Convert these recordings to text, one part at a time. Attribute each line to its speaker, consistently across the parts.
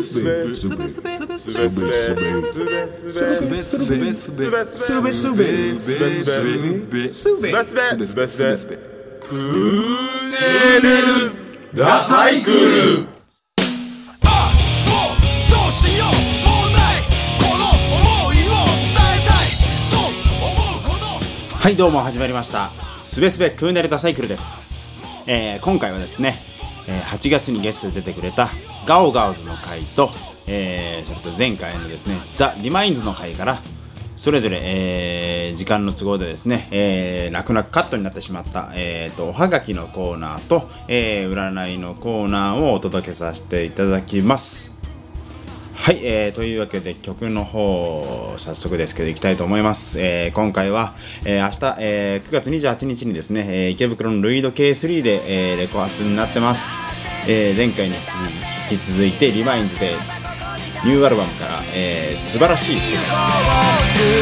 Speaker 1: すべすべすべすべすべすべすべすべ
Speaker 2: はいどうも始まりましたすべすべクーネルダサイクルです、えー今回はですね、えー8月にゲストで出てくれたガオガオズの回と、えーそれと前回のですねザ・リマインズの回からそれぞれ、えー時間の都合でですね、えー、泣く泣くカットになってしまった、えー、とおはがきのコーナーと、えー占いのコーナーをお届けさせていただきますはい、えーというわけで曲の方早速ですけどいきたいと思います、えー今回は、えー明日、えー9月28日にですね、えー池袋のルイド K3 で、えーレコ発になってます、えー前回に引き続いてリマインズでニューアルバムから、えー素晴らしい世界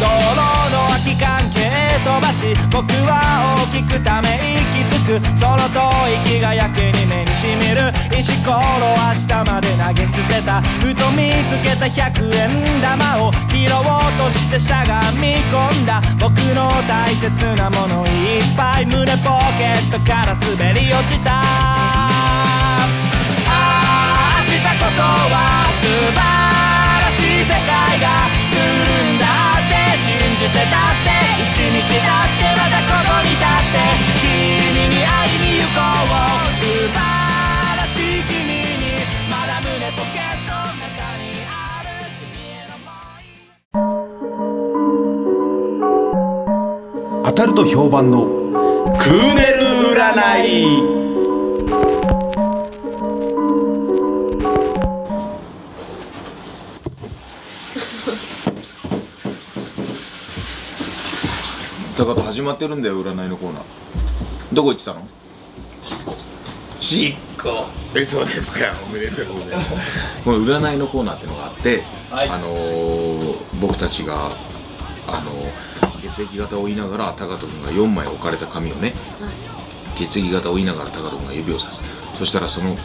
Speaker 3: 道路の空き缶蹴飛ばし僕は大きくため息つくその吐息がやけに目にしみる石ころを明日まで投げ捨てたふと見つけた100円玉を拾おうとしてしゃがみ込んだ僕の大切なものいっぱい胸ポケットから滑り落ちたああ明日こそは素晴らしい世界が来るんだって信じてたって一日だってまたここに立って君に会いに行こう素晴らしい君にまだ胸ポケットの中にある君への想い
Speaker 4: 当たると評判の
Speaker 2: クーネル占い
Speaker 5: だから始まってるんだよ占いのコーナーどこ行ってたのちっこえそうですかおめでとうございますこの占いのコーナーってのがあって、あのー僕たちがあのー血液型を言いながら高人君が4枚置かれた紙をね、血液型を言いながら高人君が指をさすそしたらその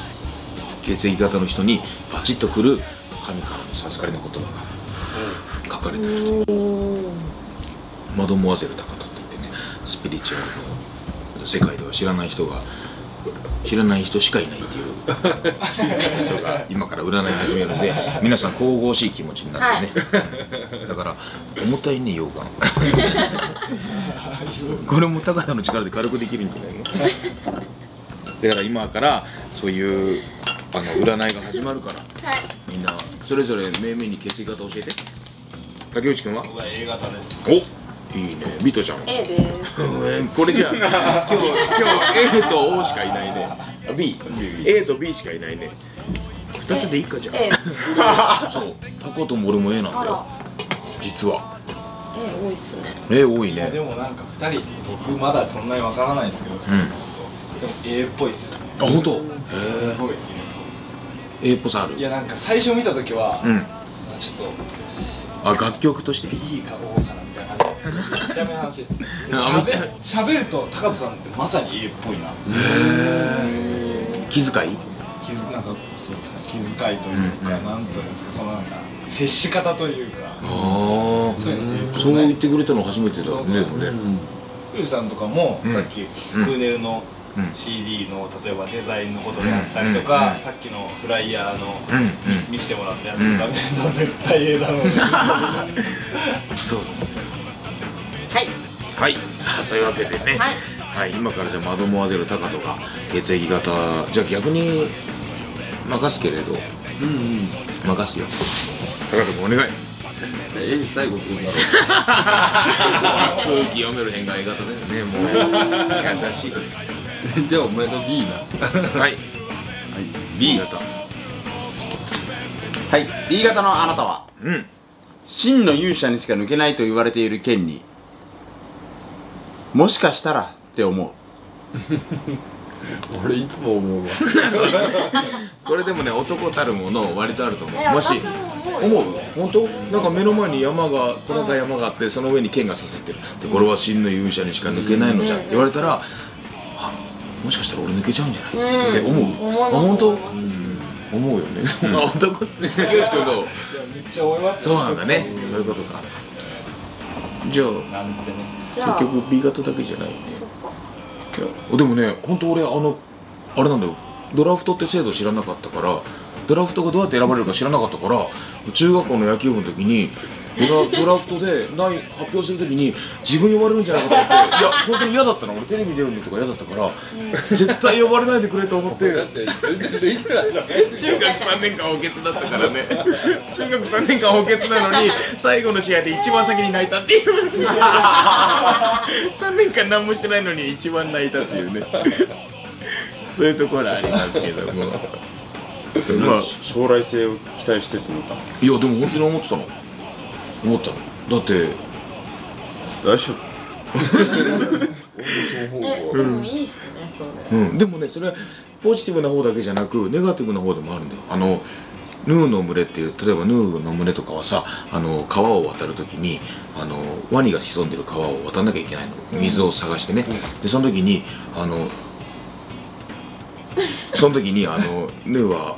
Speaker 5: 血液型の人にバチッとくる神からの授かりの言葉が書かれてるとマドモアゼル高田って言ってねスピリチュアルの世界では知らない人が知らない人しかいないっていう人が今から占い始めるんで皆さん神々しい気持ちになってね、だから重たいね羊羹これも高田の力で軽くできるんじゃないのだから今からそういうあの占いが始まるから、みんなそれぞれ命名に血液型教えて竹内君は僕は A 型ですおいいねビトちゃんは
Speaker 6: A です
Speaker 5: うんこれじゃあ今日今日 A と O しかいないね BA と B しかいないね二つでいいかじゃ
Speaker 6: A
Speaker 5: あ そうタコとモルも A なんだよ実は
Speaker 6: A 多いっすね
Speaker 5: A 多いね
Speaker 7: でもなんか2人僕まだそんなにわからないですけど、でも A っぽいっすよね
Speaker 5: あ本当
Speaker 7: すごい
Speaker 5: A っぽさあ
Speaker 7: い
Speaker 5: る
Speaker 7: やなんか最初見た時は、
Speaker 5: うん
Speaker 7: あちょっと
Speaker 5: あ楽曲として
Speaker 7: B か O かなみたいな感じでやめの話ですで喋喋ると高田さんってまさに A っぽいな
Speaker 5: 気遣い
Speaker 7: 気づなんかそうですね気遣いというか、なんというんですかこのなんか接し方というか、
Speaker 5: あ
Speaker 7: そういうの A っぽ
Speaker 5: あ
Speaker 7: い
Speaker 5: そう言ってくれたの初めてだねでもね
Speaker 7: ウルさんとかも
Speaker 5: ん
Speaker 7: さっき、
Speaker 5: ん
Speaker 7: クーネルの
Speaker 5: うん
Speaker 7: CD の例えばデザインのことであったりとか、さっきのフライヤーの
Speaker 5: うん
Speaker 7: 見せてもらったやつとか見ると絶対 A だろうな
Speaker 5: うんそう
Speaker 6: はい
Speaker 5: はいさあそういうわけでね
Speaker 6: はい
Speaker 5: はい、今からじゃあマドモアゼルタカとか血液型じゃあ逆に任すけれどうんうん任すよタカト君お願い
Speaker 1: え最後どうだろ
Speaker 5: 空気読める変換型だよねもう 優しいう
Speaker 1: じゃあお前が B な
Speaker 5: はい、はい、B 型
Speaker 2: はい B 型のあなたは
Speaker 5: うん
Speaker 2: 真の勇者にしか抜けないと言われている剣にもしかしたらって思う
Speaker 8: 俺いつも思うわ
Speaker 5: これでもね男たるもの割とあると思
Speaker 9: え
Speaker 5: うもし
Speaker 9: 私も思う
Speaker 5: 思う本当なんか目の前に山が小高い山があってその上に剣が刺さってるでこれは真の勇者にしか抜けないのじゃって言われたらあもしかしたら俺抜けちゃうんじゃない、って思う
Speaker 9: 思いま
Speaker 5: あ
Speaker 9: す
Speaker 5: 本当、思うよねそんな男 って竹内君どう
Speaker 7: めっちゃ思います
Speaker 5: そうなんだねそういうことかじゃあ
Speaker 7: なんてね
Speaker 9: じゃあ
Speaker 5: 結局 B 型だけじゃないよね
Speaker 9: そっか
Speaker 5: いやでもね本当俺あのあれなんだよドラフトって制度知らなかったからドラフトがどうやって選ばれるか知らなかったから中学校の野球部の時にドラ ドラフトでない発表する時に自分呼ばれるんじゃないかと思っていや本当に嫌だったな俺テレビ出るのとか嫌だったから絶対呼ばれないでくれと 思って中学3年間補欠だったから ね中学3年間補欠なのに最後の試合で一番先に泣いたっていう3年間何もしてないのに一番泣いたっていうねそういうところありますけど もまあ
Speaker 1: 将来性を期待してって思った
Speaker 5: いやでも本当に思ってたの思ったのだって
Speaker 1: 大丈夫
Speaker 9: えでもいいっすねそれ
Speaker 5: うん、でもねそれはポジティブな方だけじゃなくネガティブな方でもあるんだよあのヌーの群れっていう例えばヌーの群れとかはさあの川を渡る時にあのワニが潜んでる川を渡んなきゃいけないの水を探してね、でその時にあのその時にあのヌーは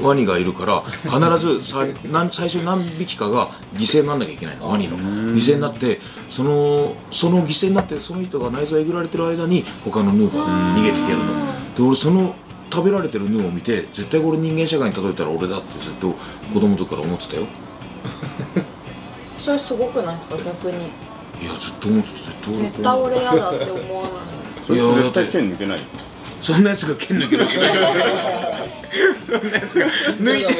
Speaker 5: ワニがいるから必ずさなん最初何匹かが犠牲にならなきゃいけないのワニの犠牲になってそのその犠牲になってその人が内臓をえぐられてる間に他のヌーが逃げていけるので俺その食べられてるヌーを見て絶対これ人間社会に例えたら俺だってずっと子供の時から思ってたよ
Speaker 9: それすごくないですか逆に
Speaker 5: いやずっと思ってた絶対俺
Speaker 9: 絶対俺嫌だって思わない
Speaker 1: それ
Speaker 5: いや
Speaker 1: 絶対剣抜けない
Speaker 5: そんなやつが剣抜けるわけないそんなやつが抜いて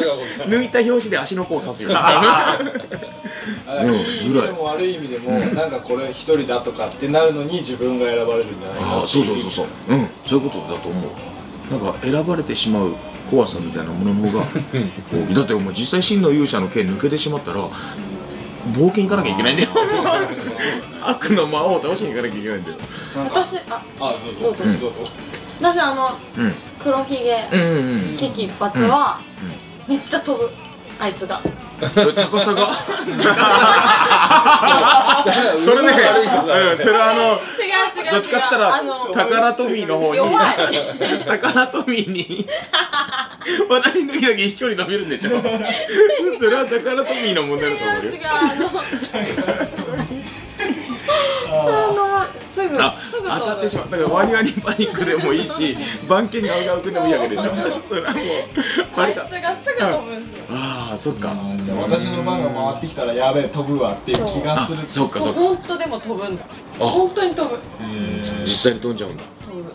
Speaker 5: 抜いた拍子で足の甲を刺すよ
Speaker 7: あ
Speaker 5: うん
Speaker 7: いい意味でも悪い意味でもなんかこれ一人だとかってなるのに自分が選ばれるんじゃないか
Speaker 5: ああそうそうそうそううんそういうことだと思うなんか選ばれてしまう怖さみたいなものの方がうんだってもう実際真の勇者の剣抜けてしまったら冒険行かなきゃいけないんだよ 悪の魔王を倒しに行かなきゃいけないんだよ
Speaker 9: 私あ
Speaker 7: あ
Speaker 9: ど
Speaker 7: ど
Speaker 9: う
Speaker 7: う
Speaker 9: ぞ
Speaker 7: ぞ
Speaker 9: ど
Speaker 7: どうぞ
Speaker 9: 私あの
Speaker 5: うん
Speaker 9: 黒ひげ
Speaker 5: うんうんうん
Speaker 9: 危機一髪はめっちゃ飛ぶあいつが
Speaker 5: 高さがそれね、うん、それはあの
Speaker 9: 違う違う違う
Speaker 5: どっちかっつったら
Speaker 9: あの
Speaker 5: 宝トミーの方に
Speaker 9: 弱い
Speaker 5: 宝トミーに 私の時だけ飛距離伸びるんでしょ それは宝トミーの問題だと思う
Speaker 9: 違
Speaker 5: よ
Speaker 9: う違うあのあのすぐ
Speaker 5: あ
Speaker 9: すぐ飛
Speaker 5: 当
Speaker 9: ぶ
Speaker 5: たってしまうだからワニワニパニックでもいいし番犬ガウガウくんでもいいわけでしょそれはもうバ
Speaker 9: あ
Speaker 5: レ
Speaker 9: いつ
Speaker 5: た
Speaker 9: がすぐ飛ぶんですよ
Speaker 5: ああそっか
Speaker 7: じゃあ私の番が回ってきたらやべえ飛ぶわっていう気が
Speaker 5: あ
Speaker 7: する
Speaker 5: そっか
Speaker 9: そ
Speaker 5: そうっか
Speaker 9: 本当でも飛ぶんだ本当に飛ぶ
Speaker 5: 実際に飛んじゃうんだ
Speaker 9: 飛ぶ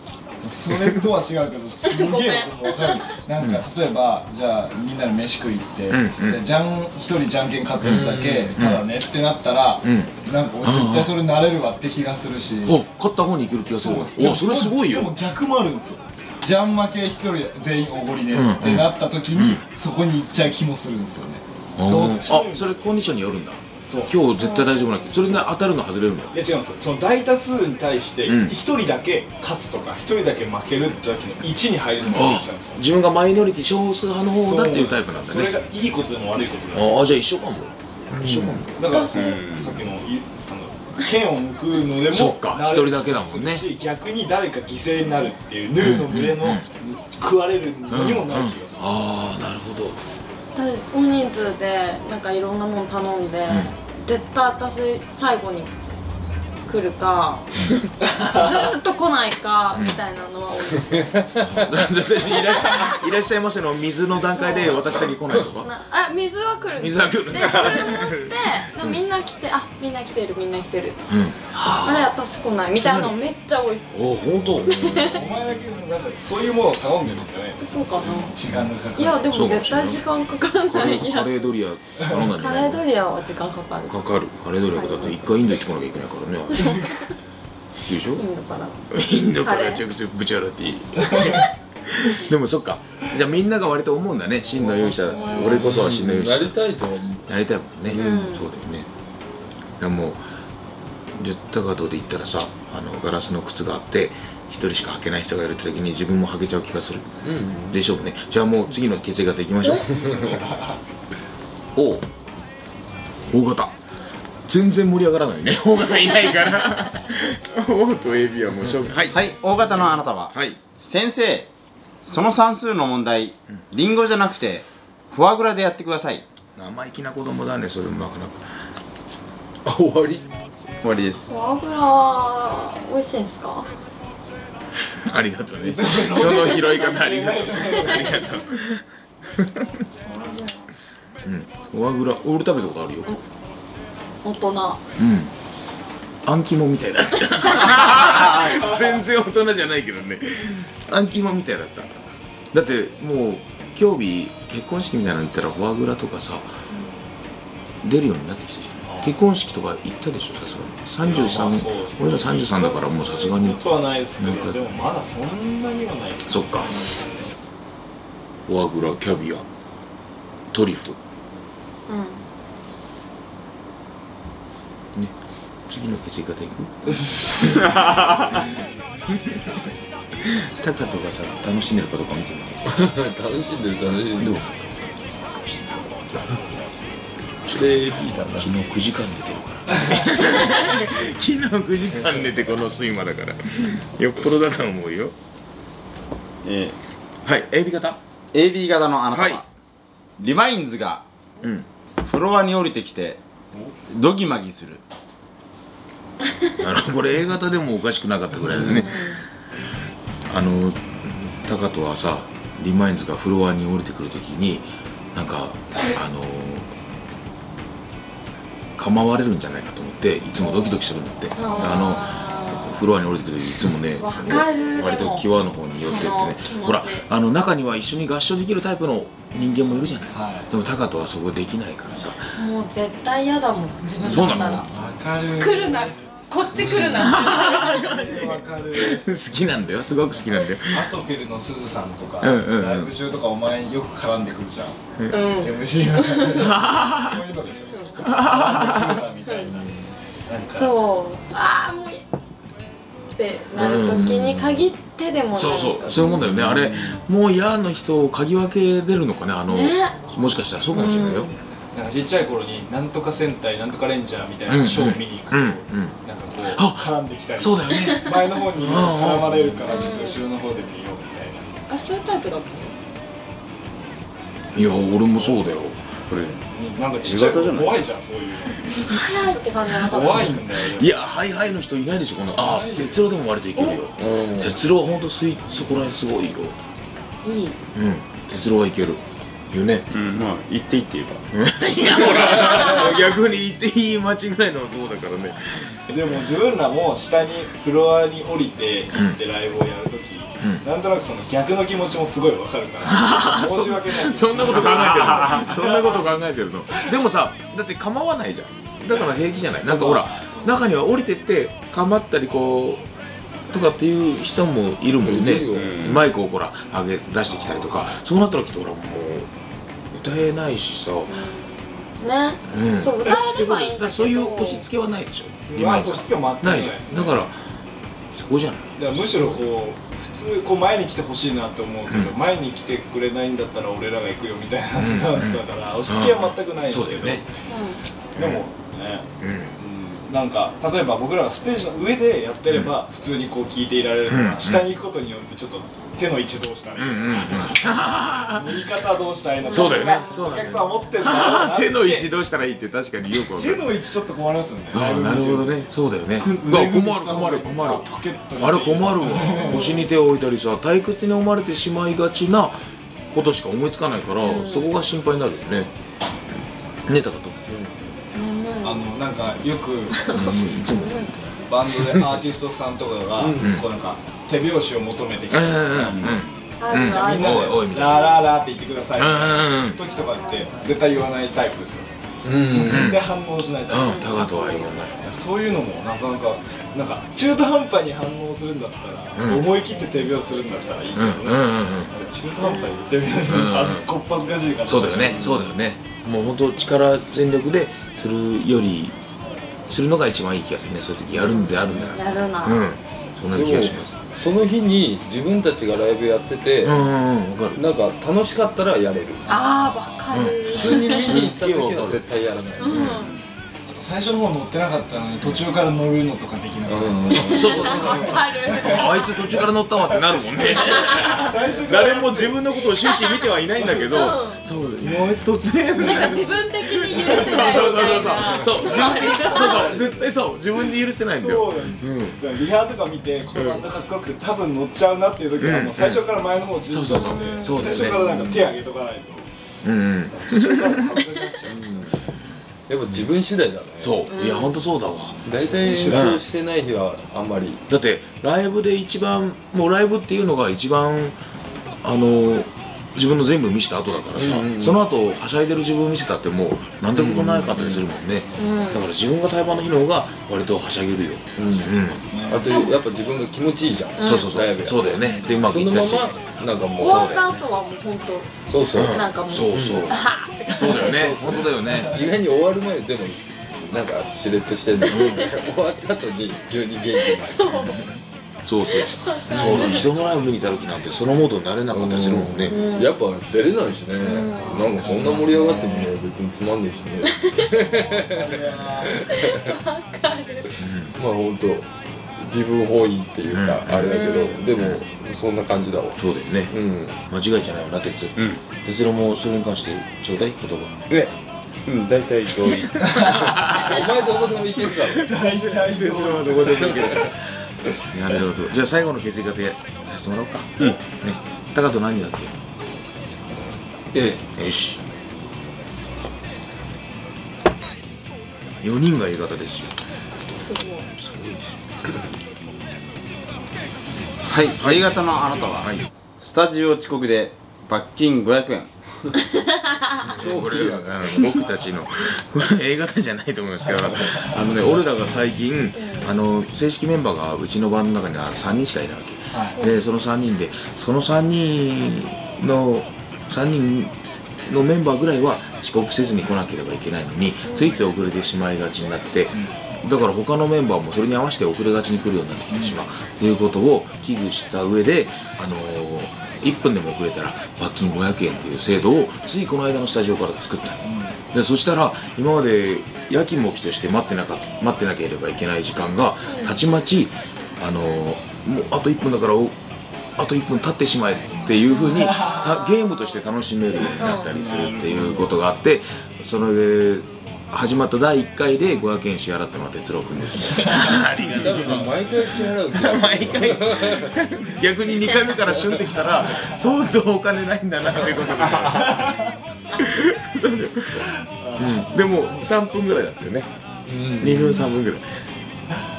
Speaker 7: それとは違うけどすげえ
Speaker 9: ごめん
Speaker 7: 僕も分かるなんか例えばじゃあみんなで飯食い行って
Speaker 5: んうん
Speaker 7: じゃあじゃん一人じゃんけん勝ったやつだけただねってなったら
Speaker 5: ん
Speaker 7: なんか俺絶対それなれるわって気がするし
Speaker 5: お勝った方に行ける気がするおそれすごい
Speaker 7: でも
Speaker 5: よ
Speaker 7: 逆もあるんですよジャン負け一人全員おごりねってなった時にそこに行っちゃう気もするんですよね
Speaker 5: あ
Speaker 7: どっち
Speaker 5: ーあそれコンディションによるんだ
Speaker 7: そう
Speaker 5: 今日絶対大丈夫なわけそれで当たるの外れるの
Speaker 7: いや違うんですよその大多数に対して
Speaker 5: うん
Speaker 7: 一人だけ勝つとか一人だけ負けるって時の1に入るのが
Speaker 5: あ
Speaker 7: できちゃうんですよ
Speaker 5: 自分がマイノリティ少数派の方だっていうタイプなんだ
Speaker 7: それ
Speaker 5: ね
Speaker 7: がいいことでも悪いことでも
Speaker 5: ああじゃあ一緒かも一緒かも
Speaker 7: だから
Speaker 9: 私
Speaker 7: さっきのいあの剣を向くのでも
Speaker 5: そっか
Speaker 7: なる
Speaker 5: 一人だけだもんね
Speaker 7: するし逆に誰か犠牲になるっていうヌーの群れの食われるのにもなる気がする
Speaker 5: ああなるほど
Speaker 9: 大人数でなんかいろんなもの頼んで、絶対私最後に来る かずーっと来ないかみたいなのは多いです
Speaker 5: いらっしゃいらっしゃいませの水の段階で私だけ来ないとか
Speaker 9: なあ水は来るんです
Speaker 5: 水は来る
Speaker 9: で注文してでもみんな来てあみんな来てるみんな来てる、あれ私来ないみたいなのめっちゃ多いです
Speaker 5: おお本当
Speaker 7: お前だけなんかそういうものを頼んでるんじゃない
Speaker 9: そうかな
Speaker 7: 時間がかかる
Speaker 9: いやで
Speaker 5: そ
Speaker 9: も
Speaker 5: うかも
Speaker 9: 絶
Speaker 5: しれない
Speaker 9: 対時間かから
Speaker 5: カ
Speaker 9: な
Speaker 5: レ
Speaker 9: いい
Speaker 5: ー
Speaker 9: や
Speaker 5: カレードリア頼んだんじゃ
Speaker 9: カ
Speaker 5: な
Speaker 9: レ
Speaker 5: い
Speaker 9: ードリアは時間かかる
Speaker 5: かかるカレードリアだって一回インド行ってこなきゃいけないからね でしょ
Speaker 9: インドから
Speaker 5: インドから直接ブチャラテ ィでもそっかじゃあみんなが割と思うんだね真の勇者俺こそは真の勇者
Speaker 8: なりたいとは思う
Speaker 5: なりたいもんね、そうだよねだからもう10高堂で行ったらさあのガラスの靴があって
Speaker 4: 一人しか履けない人がいるって時に自分も履けちゃう気がする、でしょうねじゃあもう次の血液型いきましょうおう大型全然盛り上がらないね大型いないから 王とエビはもうしょうがはい
Speaker 2: はい大型のあなたは、
Speaker 4: はい
Speaker 2: 先生その算数の問題リンゴじゃなくてフォアグラでやってください
Speaker 4: 生意気な子供だねそれもなかなか
Speaker 5: あ終わり
Speaker 2: 終わりです
Speaker 9: フォアグラは美味しいんすか
Speaker 4: ありがとうね。その拾い方ありがとう。ありがとう。うん、フォアグラ、俺食べたことあるよ。
Speaker 9: 大人
Speaker 4: あん肝みたいだった。 全然大人じゃないけどね。あん肝みたいだった。だって、もう、今日日、結婚式みたいなの行ったら、フォアグラとかさ。出るようになってきたじゃん。結婚式とか行ったでしょ、さすがに。三十三、俺ら三十三だから、もうさすがに。
Speaker 7: とはないですけ
Speaker 4: なんか
Speaker 7: どでもまだそんなにはないです
Speaker 4: そっかフォアグラキャビアトリュフ
Speaker 9: うん
Speaker 4: ね次の口方 いくタカとかさ楽しんでるかどうか見てみて
Speaker 5: 楽しんでる楽しんで
Speaker 4: ど
Speaker 5: る
Speaker 4: う
Speaker 5: でピータ
Speaker 4: 昨
Speaker 5: ー
Speaker 4: 日9時間寝てるから 昨日9時間寝てこの睡魔だからよっぽどだと思うよ
Speaker 2: え
Speaker 4: はい AB 型
Speaker 2: ー AB 型のあなたは、
Speaker 4: はい
Speaker 2: リマインズが
Speaker 4: うん
Speaker 2: フロアに降りてきてドギマギする
Speaker 4: あのこれ A 型でもおかしくなかったぐらいだねあのタカトはさリマインズがフロアに降りてくるときになんかあの構われるんじゃないかと思っていつもドキドキするんだってあのフロアに降りてくるときいつもね
Speaker 9: わかる
Speaker 4: 割と際の方に寄ってって
Speaker 9: でもそ
Speaker 4: ね
Speaker 9: の気持ち
Speaker 4: ほらあの中には一緒に合唱できるタイプの人間もいるじゃない、
Speaker 7: はい
Speaker 4: でもタカトはそこできないからさ
Speaker 9: もう絶対嫌だもん自分
Speaker 4: そう
Speaker 9: だ
Speaker 4: な
Speaker 9: っ
Speaker 4: の
Speaker 9: たら
Speaker 7: わかる
Speaker 10: 来るなこっち来るな
Speaker 7: わかる
Speaker 4: 好きなんだよすごく好きなんだよ
Speaker 7: アトピルのすずさんとか、
Speaker 4: うんうんうん
Speaker 7: ライブ中とかお前よく絡んでくるじゃん、
Speaker 9: うん
Speaker 7: MC の中でそういうのでしょ絡んでくるなみたいななんか
Speaker 9: そうああもういってなるときに限ってでもない
Speaker 4: そうそうそういうもんだよねあれもう嫌な人を嗅ぎ分けれるのかねあの
Speaker 9: ね
Speaker 4: もしかしたらそうかもしれないよ
Speaker 7: なんかちっちゃい頃になんとか戦隊なんとかレンジャーみたい
Speaker 4: うんうん
Speaker 7: なショーを見に行くと、
Speaker 4: うんうん
Speaker 7: なんかこう
Speaker 4: あ
Speaker 7: 絡んできたり
Speaker 4: そうだよね
Speaker 7: 前の方に絡まれるからちょっと後ろの方で見ようみたいな
Speaker 9: あそういうタイプだった
Speaker 4: いや俺もそうだよ
Speaker 1: これ
Speaker 7: なんかちっちゃい頃怖いじゃんそういう
Speaker 9: 早いって感じなか
Speaker 7: の
Speaker 9: っ
Speaker 7: 怖いんだよ
Speaker 4: いやハイハイの人いないでしょこんなああ哲郎でも割といけるよ哲郎はほんとそこら辺すごいよ
Speaker 9: たいい
Speaker 4: うん哲郎はいけるよね
Speaker 1: うんまあ行っていいって言えば
Speaker 4: いやほら 逆に言っていい間違いの男だからね
Speaker 7: でも自分らも下にフロアに降りて行ってライブをやるとき、なんとなくその逆の気持ちもすごいわかる から申し訳ない
Speaker 4: そんなこと考 えてるのそんなこと考えてるのでもさだって構わないじゃんだから平気じゃないなんかほら中には降りてって構ったりこうとかっていう人もいるもんね
Speaker 5: いるよ
Speaker 4: マイクをほら上げ出してきたりとかそうなった時ってほらもう歌えないしさ、
Speaker 9: ね、
Speaker 4: うん
Speaker 9: そう歌えればいいんだけど
Speaker 4: そういう押し付けはないでしょ
Speaker 7: まあ
Speaker 4: イズ
Speaker 7: 押し付けもあった
Speaker 4: な
Speaker 7: り
Speaker 4: い
Speaker 7: じ
Speaker 4: じ
Speaker 7: ゃ
Speaker 4: ゃ
Speaker 7: ないです
Speaker 4: ん
Speaker 7: か
Speaker 4: だからそこじゃない
Speaker 7: だからむしろこう普通こう前に来てほしいなって思うけど、前に来てくれないんだったら俺らが行くよみたいなスタンスだから、押し付けは全くないんです
Speaker 4: そう
Speaker 7: け
Speaker 4: だ
Speaker 7: ど、
Speaker 4: よね
Speaker 7: でもね、うんなんか例えば僕らがステージの上でやってれば普通にこう聞いていられるのが、下に行くことによってちょっと手の位置どうしたらいいのか、 言い方どうしたらいいのか
Speaker 4: そうだよね
Speaker 7: とか
Speaker 4: そう
Speaker 7: お
Speaker 4: だよね
Speaker 7: 客さんは持ってんだろうなって
Speaker 4: 手の位置どうしたらいいって確かによくわか
Speaker 7: 手
Speaker 4: る
Speaker 7: の位置ちょっと困りますよね
Speaker 4: ああなるほどねそうだよねうわ
Speaker 7: 腕組み
Speaker 4: 困る
Speaker 7: した
Speaker 4: 困る困る
Speaker 7: ポケットに
Speaker 4: あれ困るわ腰に手を置いたりさ退屈に思われてしまいがちなことしか思いつかないから、そこが心配になるよねねたかと、
Speaker 7: あのなんかよく
Speaker 4: いつも
Speaker 7: バンドでアーティストさんとかが、こうなんか手拍子を求めてきて、
Speaker 4: うんうんうん
Speaker 9: あるあ
Speaker 7: みん
Speaker 9: る
Speaker 7: なで
Speaker 4: おいおいみたい
Speaker 7: ラーラーラーって言ってくださいみたいな
Speaker 4: うんうんうん
Speaker 7: 時とかって絶対言わないタイプですよ、
Speaker 5: うん
Speaker 7: 絶対反応しないタイプ、
Speaker 4: うん高とは言わない
Speaker 7: そういうのもなかなかなんか中途半端に反応するんだったら、思い切って手拍子するんだったらいいけどね、
Speaker 4: うんうんうんうん
Speaker 7: 中途半端に手拍子するのは
Speaker 4: うん
Speaker 7: こっぱずかしいから
Speaker 4: そうだよねそうだよねもう本当力全力でするよりするのが一番いい気がするねそういう時やるんであるんだら
Speaker 9: やるな、
Speaker 4: うんそんな気がします
Speaker 5: でその日に自分たちがライブやってて、
Speaker 4: うんうんうんわかる
Speaker 5: なんか楽しかったらやれる
Speaker 9: あーわかる、
Speaker 5: 普通に見に行った時は絶対やらない、
Speaker 7: あと最初の方乗ってなかったのに途中から乗るのとかできなかったですね
Speaker 4: そうそうなんか
Speaker 9: わかる
Speaker 4: あいつ途中から乗ったわってなるもんね誰も自分のことを終始見てはいないんだけどそうもうあいつ突然
Speaker 9: なんか自分的に許せないみたいな
Speaker 4: そう自分でそうそう絶対そう自分で許せないんだよ
Speaker 7: そうなんです、だからリハとか見てこのバンドかっこよくて多分乗っちゃうなっていう時はもう最初から前の方ずっとなんで
Speaker 4: そうそうそうそうだよね
Speaker 7: 最初からなんか手挙げとかないと
Speaker 4: うんうん
Speaker 7: 途中から恥ずかしくなっちゃう
Speaker 5: やっぱ自分次第だね
Speaker 4: そういや本当そうだわ
Speaker 5: 大体そうしてない日はあんまり
Speaker 4: だってライブで一番もうライブっていうのが一番あの自分の全部見せた後だからさ、その後はしゃいでる自分を見せたってもうなんてことないかったりするもんね、だから自分が対バンの日の方が割とはしゃげるよ、うん
Speaker 5: あとやっぱ自分が気持ちいいじゃん、
Speaker 4: そうそうそ
Speaker 5: ライ
Speaker 4: う
Speaker 5: ブや
Speaker 4: そうだよねでうまく
Speaker 5: そ
Speaker 4: い
Speaker 5: の
Speaker 4: ったし
Speaker 5: ままなんかもう
Speaker 9: 終わった後はもう本
Speaker 5: そうそう、
Speaker 9: 当なんかもう
Speaker 4: そうそう、 そうだよね本当だよね
Speaker 5: 意外に終わる前でもなんかしれっとしてるのに 終わった後に急に元気になる
Speaker 4: そうそうそうだ人のライブ見に行った時なんてそのモードになれなかったりするもんね、
Speaker 5: やっぱ出れないしね、なんかそんな盛り上がってもね別につまんねえしねまあ本当自分本位っていうか、あれだけど、でもそんな感じだわ
Speaker 4: そうだよね、
Speaker 5: うん
Speaker 4: 間違いじゃないよな哲
Speaker 1: ん
Speaker 4: 哲郎もそれに関してちょうだい言葉
Speaker 1: ねうん大体同意
Speaker 5: お前どこでも行けるから
Speaker 7: 大事大事ですよ
Speaker 4: どこでもいいけど。なるほど。じゃあ最後の決意方させてもらおうか。うん。ね。高と何だっ
Speaker 5: え
Speaker 4: け。よし。四人が言い方ですよ。
Speaker 2: はい、A 型のあなたは、スタジオ遅刻で罰金500円
Speaker 4: これはあの僕たちのこれ A 型じゃないと思いますけどあのね俺らが最近あの正式メンバーがうちのバンドの中には3人しかいないわけ、でその3人でその3人の3人のメンバーぐらいは遅刻せずに来なければいけないのについつい遅れてしまいがちになって、だから他のメンバーもそれに合わせて遅れがちに来るようになってきてしまうということを危惧した上で、あのー1分でも遅れたら罰金500円という制度をついこの間のスタジオから作ったのでそしたら今まで夜勤も起きとして待ってなか待ってなければいけない時間がたちまち、あのーもうあと1分だからおあと1分経ってしまえっていうふうにたゲームとして楽しめるようになったりするっていうことがあってその上始まった第1回で500円支払ったのは哲郎君ですね
Speaker 5: 多分毎回支払うけど
Speaker 4: 毎回 逆に2回目から旬ってきたら相当お金ないんだなっていうことがそうだよ、うん、でも3分ぐらいだったよね、2分3分ぐらい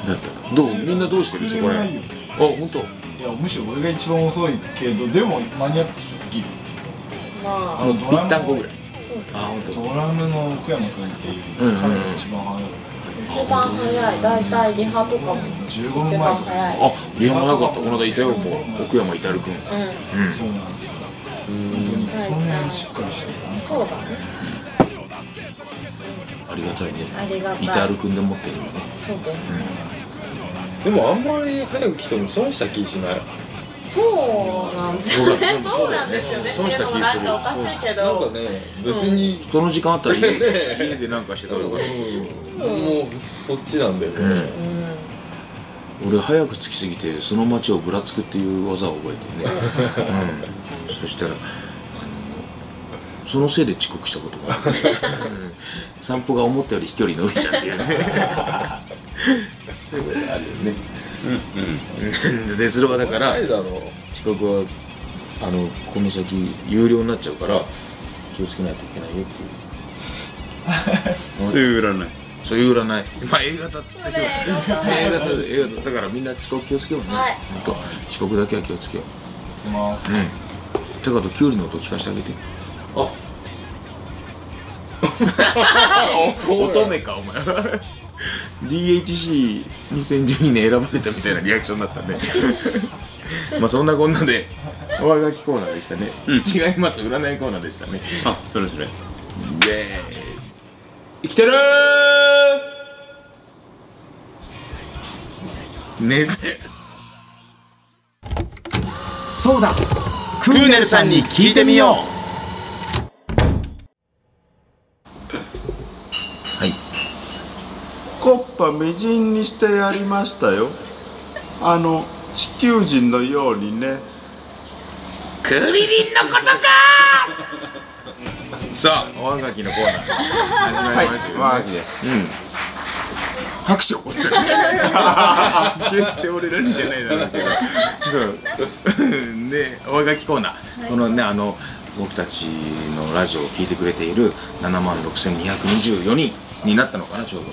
Speaker 4: だったどうみんなどうしてるそこら辺あ本当
Speaker 7: いやむしろ俺が一番遅いけどでも間に合ったでしょギリ
Speaker 9: まあ
Speaker 7: あのドラム
Speaker 4: 一旦5ぐらいあ本当
Speaker 7: ドラムの奥山君って
Speaker 4: うんう
Speaker 7: い
Speaker 4: ん
Speaker 7: う彼が一番早い
Speaker 9: 一番早い大体リハとかも
Speaker 7: 15
Speaker 9: 一
Speaker 7: 分前
Speaker 9: 番
Speaker 7: とか
Speaker 9: 早い
Speaker 4: あ、リハも早かった。この間いたよ、もう奥山いたるくん。
Speaker 7: そうなんですよ本当にその辺しっかりしてるね
Speaker 9: そうだね
Speaker 4: ありがたいね。
Speaker 9: ありがたい
Speaker 4: いたるくんで持ってるよね。
Speaker 9: そうだね
Speaker 5: でもあんまり早く来ても損した気しない
Speaker 9: そうなんですよねそうなんですよね
Speaker 4: そうだね
Speaker 9: でもなんかおかしいけ
Speaker 5: なんか
Speaker 9: ど
Speaker 5: ね別に、
Speaker 4: その時間あったら家で家でなんかしてた方がいい。
Speaker 5: もうそっちなんだよね、
Speaker 4: 俺早く着きすぎてその街をぶらつくっていう技を覚えてね。うん。そしたらあのそのせいで遅刻したことがある。うん散歩が思ったより飛距離伸びたっていうね。そういうことあるよね。うんうん。で鉄郎がだから。
Speaker 5: ないだろう
Speaker 4: 遅刻はあのこの先有料になっちゃうから気をつけないといけないよっていう
Speaker 1: そういう占い
Speaker 4: そういう占いまあ A 型って
Speaker 9: それ英語さ
Speaker 4: A 型で A 型だからみんな遅刻気をつけようね、
Speaker 9: はい
Speaker 4: ほんと遅刻だけは気をつけよう
Speaker 7: してます
Speaker 4: てかとキュウリの音聞かせてあげてあお乙女かお前 DHC2012 年選ばれたみたいなリアクションだったねまあそんなこんなでおはがきコーナーでしたね、違います占いコーナーでしたね
Speaker 1: あそれそれ
Speaker 4: イエーイ
Speaker 1: 生きてる
Speaker 4: ねぜ
Speaker 11: そうだク
Speaker 1: クーネルさんに聞いてみよう
Speaker 4: はい
Speaker 1: コッパみじんにしてやりましたよあの地球人のようにね
Speaker 4: クリリンのことかさあおはがきのコーナー始まりま したよ、
Speaker 1: マーキです
Speaker 4: うん拍手起こってる決して折れるんじゃないだろうけど そう でおはがきコーナー、このねあの僕たちのラジオを聞いてくれている7万6224人になったのかなちょうど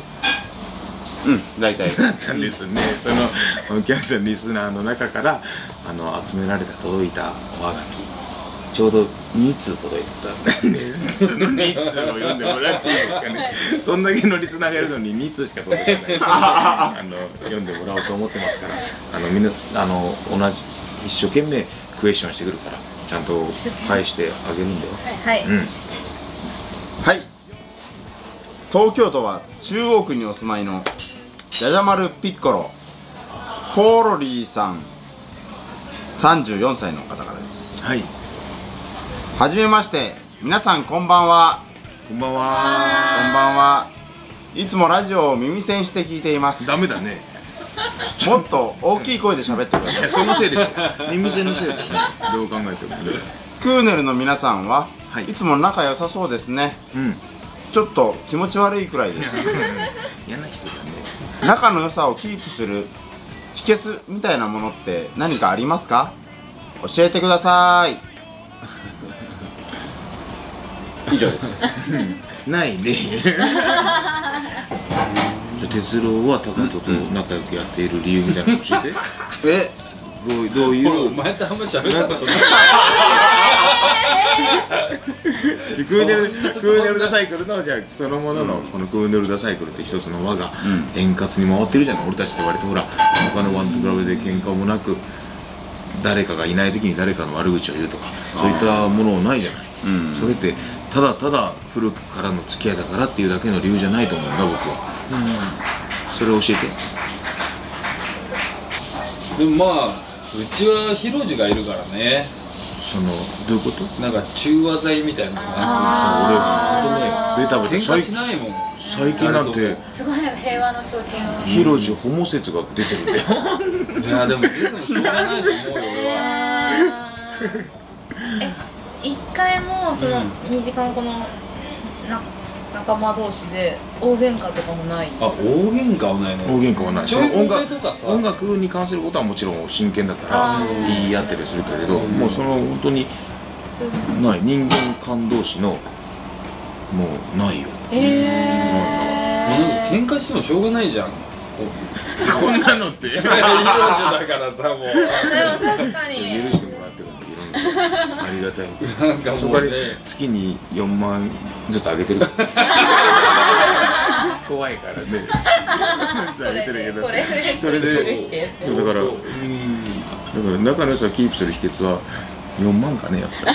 Speaker 1: うん大体
Speaker 4: だったんですねそのお客さんリスナーの中からあの集められた届いたおはがきちょうど2通届いたんでその2通を読んでもらっていいですかねそんだけのリスナーがいるのに2通しか届いてない あの読んでもらおうと思ってますからあのみんなあの同じ一生懸命クエスチョンしてくるからちゃんと返してあげるんだよ
Speaker 9: はい
Speaker 4: うん
Speaker 1: はい東京都は中央区にお住まいのじゃじゃ丸ピッコロポーロリーさん34歳の方からです
Speaker 4: はい
Speaker 1: はじめまして皆さんこんばんは
Speaker 4: こんばんは
Speaker 1: こんばんはいつもラジオを耳栓して聞いています
Speaker 4: ダメだね
Speaker 1: もっと大きい声で喋ってくださ
Speaker 4: い
Speaker 1: い
Speaker 4: やそのせいでしょ耳栓のせいだよねどう考えてもね
Speaker 1: クーネルの皆さんは、
Speaker 4: はい
Speaker 1: い、つも仲良さそうですね
Speaker 4: うん
Speaker 1: ちょっと気持ち悪いくらいです
Speaker 4: 嫌な人だね
Speaker 1: 仲の良さをキープする秘訣みたいなものって何かありますか教えてください以上です
Speaker 4: ない ね哲郎は高人と仲良くやっている理由みたいなの教え て
Speaker 1: え
Speaker 4: どうどういう
Speaker 7: お前とあんま喋ったことない
Speaker 4: クーネルクーネルダサイクルのじゃあそのものの、このクーネルダサイクルって一つの輪が円滑に回ってるじゃない俺たちって割とほら他のワンと比べて喧嘩もなく誰かがいない時に誰かの悪口を言うとかそういったものないじゃない、それってただただ古くからの付き合いだからっていうだけの理由じゃないと思うんだ僕は、それを教えて
Speaker 7: でもまあうちはヒロジがいるからね
Speaker 4: そのどういうこと
Speaker 7: なんか中和剤みたいなのが
Speaker 4: 俺ベタベタ
Speaker 7: 喧嘩
Speaker 4: 最
Speaker 7: しないもん
Speaker 4: 最近なんて
Speaker 9: すごいなんか平和の象徴の
Speaker 4: ヒロジホモ説が出てるんだよ
Speaker 7: いやでも出てもしょうがないと思うよ俺は
Speaker 9: え一回もその身近なこのな仲間同士で大喧嘩とかもない
Speaker 7: あ大喧嘩はない
Speaker 4: 大
Speaker 7: ね
Speaker 4: 喧嘩はない
Speaker 7: ち
Speaker 4: そ
Speaker 7: ょい
Speaker 4: の音楽
Speaker 7: とかさ
Speaker 4: 音楽に関することはもちろん真剣だから言い合ったりするけれどもうその本当にない人間間同士のもうないよ
Speaker 7: もうなんか喧嘩してもしょうがないじゃんこう
Speaker 4: こんなのって許
Speaker 7: ヒロジだからさもう
Speaker 9: でも確かに
Speaker 4: してもらってるんでいろんなありがたい
Speaker 7: なんか
Speaker 4: そ
Speaker 7: も
Speaker 4: こ
Speaker 7: う
Speaker 4: に
Speaker 7: ね
Speaker 4: 月に4万ずつ上げてる怖いから ね上げてるけど
Speaker 9: これで
Speaker 4: それで
Speaker 9: 許してって
Speaker 4: そうだからだから仲の良さをキープする秘訣は4万かねやっ ぱ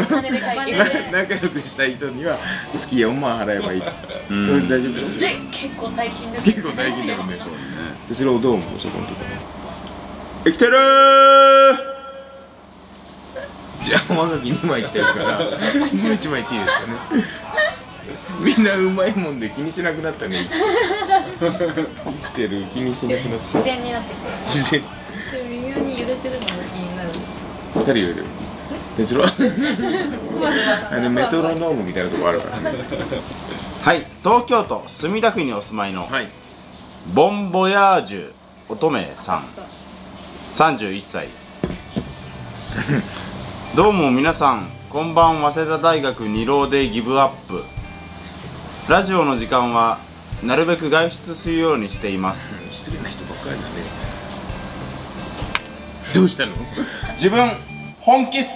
Speaker 4: り
Speaker 9: 金で解決
Speaker 4: な仲良くしたい人には月4万払えばいいそれで大丈夫でしょ
Speaker 9: 結構大金です
Speaker 4: 結構大金だもんねでそれをどう思うそこのとこ
Speaker 1: 生きてるー
Speaker 4: じゃあおはがき2枚来てる からもう1枚いっていいですかねみんなうまいもんで気にしなくなったね生きてる生きてる気にしなくなった
Speaker 9: 自然になってきて
Speaker 4: 自然
Speaker 9: 微妙に揺れてるのが気になる
Speaker 4: 誰入れる哲 郎あのメトロノームみたいなとこあるからね
Speaker 1: はい東京都墨田区にお住まいの
Speaker 4: はい
Speaker 1: ボンボヤージュ乙女さん31歳どうも皆さんこんばん早稲田大学二浪でギブアップラジオの時間はなるべく外出するようにしています
Speaker 4: 失礼な人ばっかりだねどうしたの
Speaker 1: 自分本気っす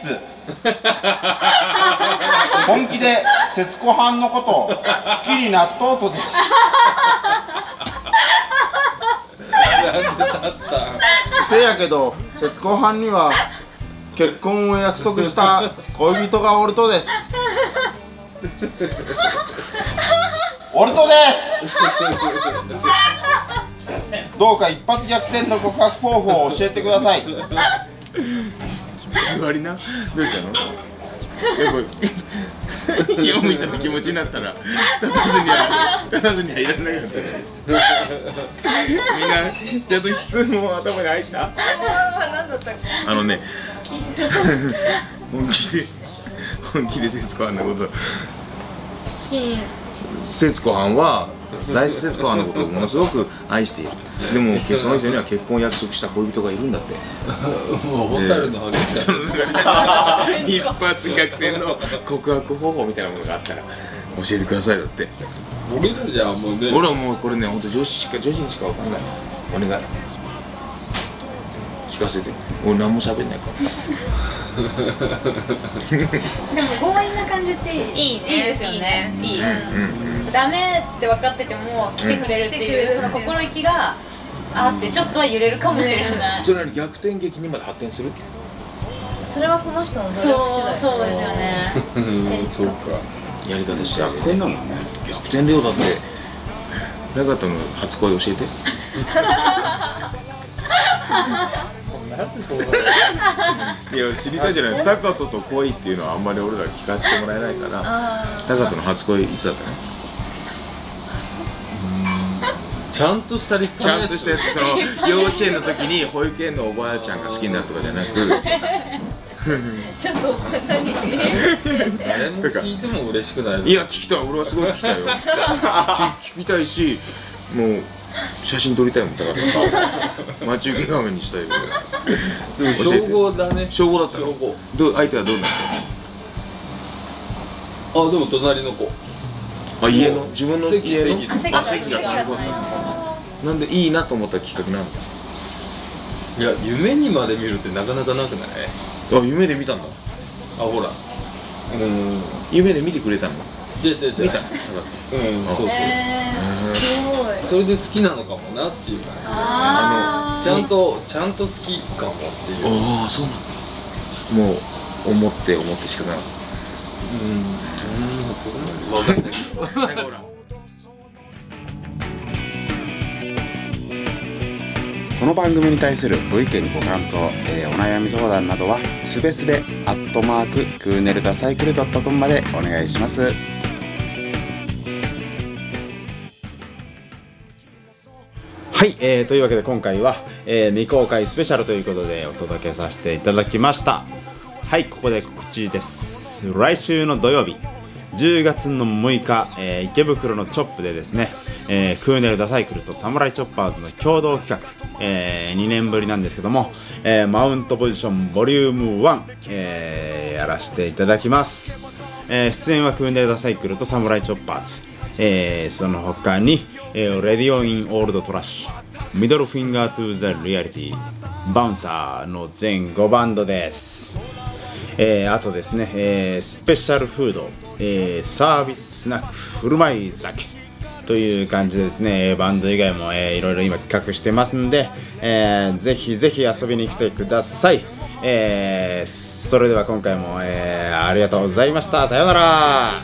Speaker 1: 本気で節子はんのことを好きになっとうとですせやけど節子はんには結婚を約束した恋人がおるとですおるとですどうか一発逆転の告白方法を教えてください
Speaker 4: 座りなどうしたのやっぱ 今みたいな気持ちになったら立たずには立たずにはいられなかったねみんなちゃんと質問を頭に入った
Speaker 10: は何だったっけ
Speaker 4: あのね本気で本気で節子はんのこと
Speaker 10: 金
Speaker 4: 節子はんは大節子はんのことをものすごく愛しているでもけその人には結婚を約束した恋人がいるんだって
Speaker 5: もうホタルの話 だ
Speaker 4: その中で一発逆転の告白方法みたいなものがあったら教えてくださいだって
Speaker 5: 俺らじゃもうね
Speaker 4: 俺はもうこれね本当女子しか女子にしかわかんないお願い聞かせて俺何も喋んないから
Speaker 12: でも強引な感じっていい
Speaker 10: いいねいいですよねいい
Speaker 12: ダメって分かってても来てくれるっていう、
Speaker 10: うん
Speaker 12: その心意気があってちょっとは揺れるかもしれない、
Speaker 4: それなりに逆転劇にまで発展する
Speaker 10: それはその人の努力次
Speaker 12: そう
Speaker 10: 第
Speaker 12: そうですよね
Speaker 5: うんそうか
Speaker 4: やり方して
Speaker 2: 逆転だもんね
Speaker 4: 逆転だよだって親方の初恋 教えていや知りたいじゃない高人と恋っていうのはあんまり俺ら聞かせてもらえないから高人の初恋いつだったね
Speaker 5: ちゃんとした立
Speaker 4: ちゃ
Speaker 5: 派なんや
Speaker 4: と
Speaker 5: つ
Speaker 4: したやつそ の幼稚園の時に保育園のおばあちゃんが好きになるとかじゃなく
Speaker 10: ちょっと何
Speaker 5: 誰も聞いても嬉しくない
Speaker 4: いや聞きたい俺はすごい聞きた いよ聞聞きたいしもう写真撮りたいもんだから待ち受け画面にしたいよ
Speaker 5: でも
Speaker 4: 教え
Speaker 5: 称
Speaker 4: て
Speaker 5: 号だね
Speaker 4: 小5だった
Speaker 5: 小
Speaker 4: の
Speaker 5: 五
Speaker 4: どう相手はどんな
Speaker 5: あでも隣の子
Speaker 4: 人あ家の自分の
Speaker 5: 席
Speaker 4: 家の
Speaker 5: 席
Speaker 4: あ席が隣の子だったなんでいいなと思ったきっかけなんだ
Speaker 5: いや夢にまで見るってなかなかなくない
Speaker 4: あ夢で見たんだ
Speaker 5: あほらうん
Speaker 4: 夢で見てくれたの
Speaker 5: 違う違う違う
Speaker 4: 見たの
Speaker 5: うんそうそうそれで好きなのかもなっていうかね
Speaker 4: あ
Speaker 5: ちゃんとちゃんと好きかもっていう
Speaker 4: のああそうなんだもう思って思ってしかなかった
Speaker 5: うんうんそんなわかんないけど
Speaker 4: なんかほら
Speaker 2: この番組に対するご意見ご感想、えーお悩み相談などはすべすべアットマーククーネルダサイクルドットコムまでお願いしますはい、えーというわけで今回は、えー未公開スペシャルということでお届けさせていただきましたはいここで告知です来週の土曜日10月の6日、えー池袋のチョップでですね、えークーネル・ダサイクルとサムライ・チョッパーズの共同企画、え2年ぶりなんですけども、えーマウントポジションボリューム1、えーやらせていただきます、えー出演はクーネル・ダサイクルとサムライ・チョッパーズえーその他に、えーレディオ・イン・オールド・トラッシュ、ミドル・フィンガー・トゥ・ザ・リアリティ、バウンサーの全5バンドです。えーあとですね、えースペシャルフード、えーサービススナック、振る舞い酒という感じでですね、えーバンド以外も、えーいろいろ今企画してますんで、えーぜひぜひ遊びに来てください。えーそれでは今回も、えーありがとうございました。さようなら。